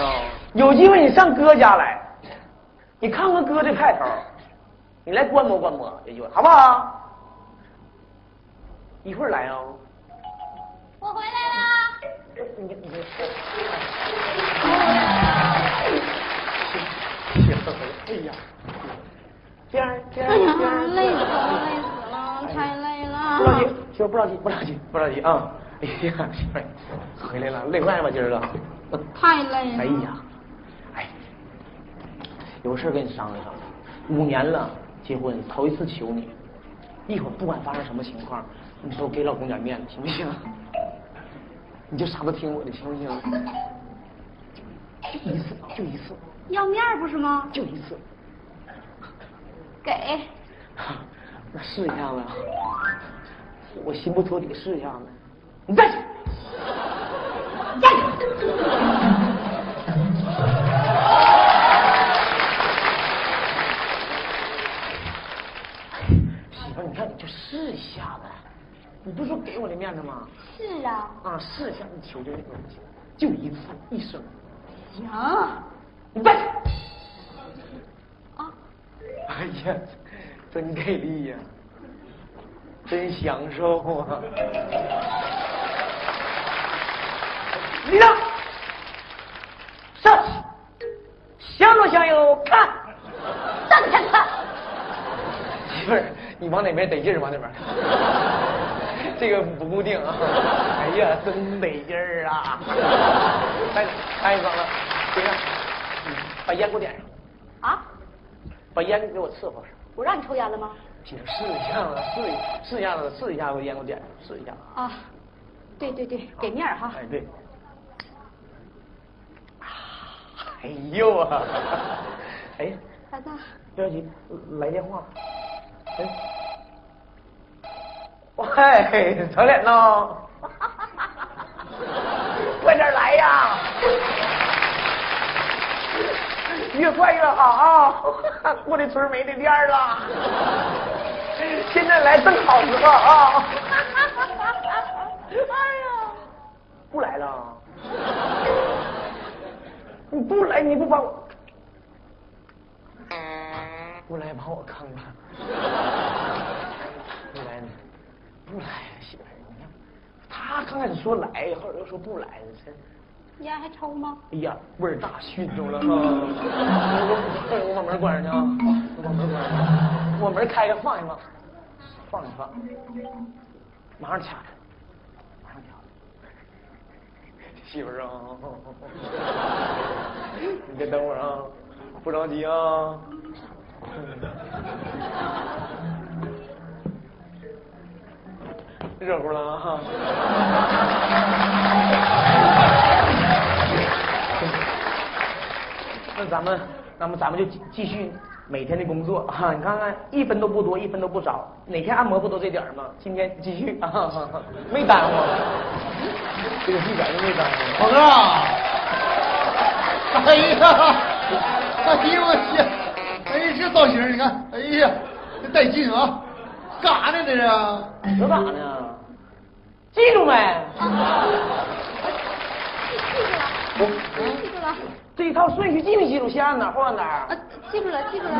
哦，有机会你上哥家来，你看看哥的派头，你来观摩观摩有机会，好不好？一会儿来啊、我回来 啦！你你哎呀，这样这样哎呀这，样，累死了，累死了，太累不着急了。，媳妇不着急，不着急，不着急啊！哎呀，媳妇儿回来了，累坏吧今儿个？太累了。哎呀，哎，有事儿跟你商量商量。五年了，结婚头一次求你，一会儿不管发生什么情况，你都给老公点面子，行不行？你就啥都听我的，行不行？就一次，就一次，要面儿不是吗？就一次，给，那试一下子。我心不托底试一下子，你再去。哎媳妇儿，你看你就试一下呗，你不是说给我的面子吗？是啊。啊，试一下，你求求你了，就一次，一生，行。你别去。啊，哎呀，真给力呀、真享受啊！立正，上，相中相友看。上去看看。媳妇儿，你往哪边得劲儿往哪边 儿。这个不固定啊！哎呀，真得劲儿 啊！来，哎，嫂子，这样，嗯把烟给我点上，啊，把烟给我伺候上。我让你抽烟了吗？姐，试一下子，试一试一下子，试一下子，烟给我点上，试一下子。啊，对对对，给面儿哈。哎，对。哎呦啊！ 哎呀，大哥，不着急，来电话。哎，喂，早点呢，快点来呀！越快越好啊！过这村没这店儿了，现在来正好时候啊！哎不来了，你不来你不把我，不来把我坑了，不来你，不来呀媳妇儿，你看他刚开始说来，后来又说不来，这烟还抽吗？哎呀味儿大熏着了哈，我我把门关上去啊，我把门关上，我门开着放一放，放一放，马上掐着，马上掐着，媳妇儿啊。 你别等会儿啊，不着急 啊。热乎了啊！那咱们，那么咱们就继继续每天的工作啊！你看看，一分都不多，一分都不少。哪天按摩不都这点儿吗？今天继续啊，没耽误，这个一点都没耽误。老哥啊，哎呀，哎呦我去，哎这造型你看，哎呀，这带劲啊，干啥呢这是？啊这咋呢？记住没？记住了，我记住了，这一套顺序记没记住？先按哪儿后按哪啊儿？，记住了，记住 了。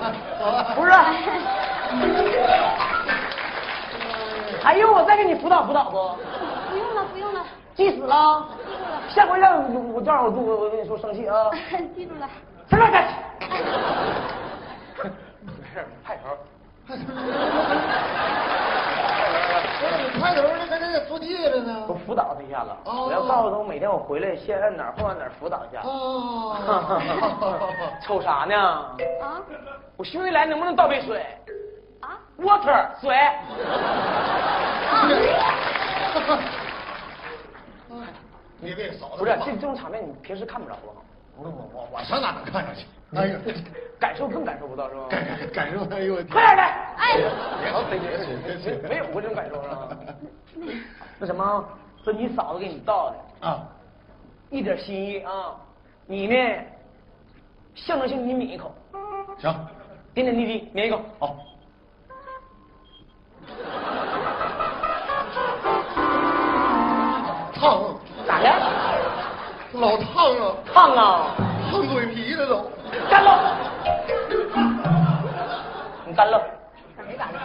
哎不是，还用我再给你辅导辅导不？不用了，不用了，记死了，记住了，下回让我我多少我我我跟你说生气啊！ 记住了。吃饭去。没事，派头。派头呢，跟这作界了呢我。辅导他一下子，哦我要告诉他，我每天我回来先按哪儿后按哪儿辅导一下。，哦瞅啥呢？啊我兄弟来能不能倒杯水啊？Water 水。 你给嫂子不是这这种场面你平时看不着啊，我我我上哪能看上去？哎呀，感受更感受不到是吧？感感感受，哎呦我天！快点来！哎，别别别别别没有过这种感受啊。那什么，这你嫂子给你倒的，啊！一点心意啊。你呢，象征性你抿一口，行，点点滴滴抿一口。好。操！咋的？操！啊老烫啊，烫啊！烫嘴皮子都。干了！你干了！咋没咋的？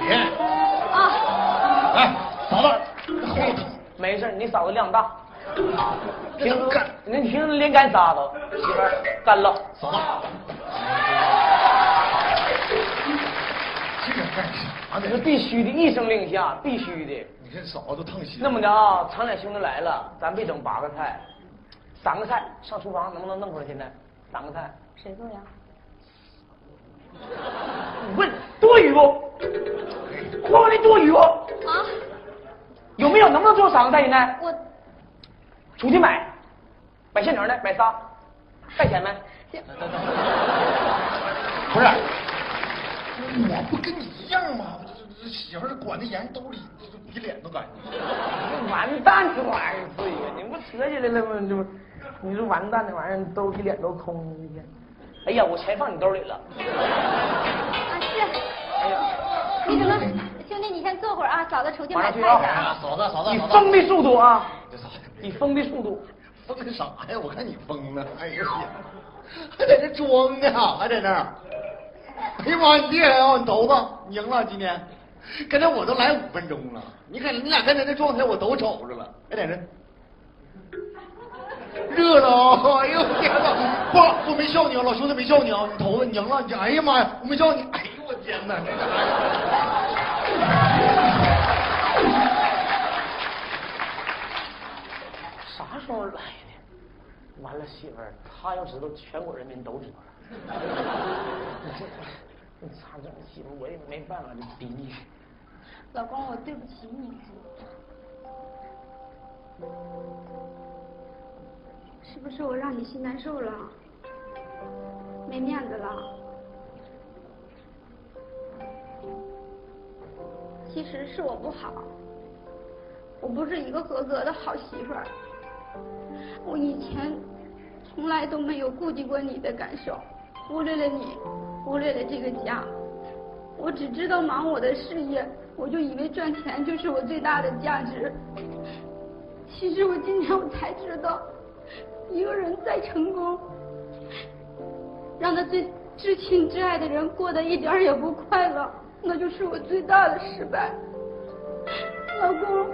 姐，啊，哎，嫂子，没事儿，你嫂子量大，这平能干时那你平时连干仨都，媳妇儿干了，嫂子，这个干啥这是呢？必须的，一声令下必须的。你这嫂子都烫心。那么的啊，长脸兄弟来了，咱别整八个菜，三个菜上厨房能不能弄出来？现在三个菜，谁做呀？你问多余不？光的多余不？啊，有没有？能不能做三个菜？现在我出去买，买现成的，买仨，带钱没？不是，我不跟你一样吗？这这这媳妇儿管得严，兜里这这比脸都干净。完蛋这玩意儿，对呀，你不扯起来了吗？这不，你说完蛋这玩意儿，兜一脸都空了，一天。哎呀，我钱放你兜里了。啊是，哎呀，那什么，兄弟你先坐会儿啊，嫂子出去买菜去马上去啊啊。嫂子，嫂以疯的速度啊，这嫂子以疯的速度， 疯个啥呀？我看你疯了，哎呀，还在这装呢，还在那儿。哎呀妈，你厉害啊！你头子，你赢了今天。刚才我都来五分钟了，你看你俩刚才那状态我都瞅着了，还在这热闹。哎呦我天呐，不，我没笑你啊，老兄弟没笑你啊，你头子你赢了，你哎呀妈呀，我没笑你，哎呦我天呐，这啥呀？啥时候来的？完了，媳妇儿，他要知道，全国人民都知道了。 你这，你咋整？媳妇儿，我也没办法，就逼你。老公，我对不起你，是不是我让你心难受了？没面子了？其实是我不好，我不是一个合格的好媳妇儿，我以前从来都没有顾及过你的感受，忽略了你，忽略了这个家。我只知道忙我的事业，我就以为赚钱就是我最大的价值。其实我今天我才知道，一个人再成功，让他最至亲至爱的人过得一点儿也不快乐，那就是我最大的失败。老公，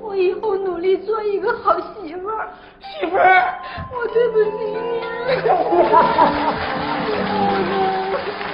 我以后努力做一个好媳妇儿，媳妇儿，我对不起你。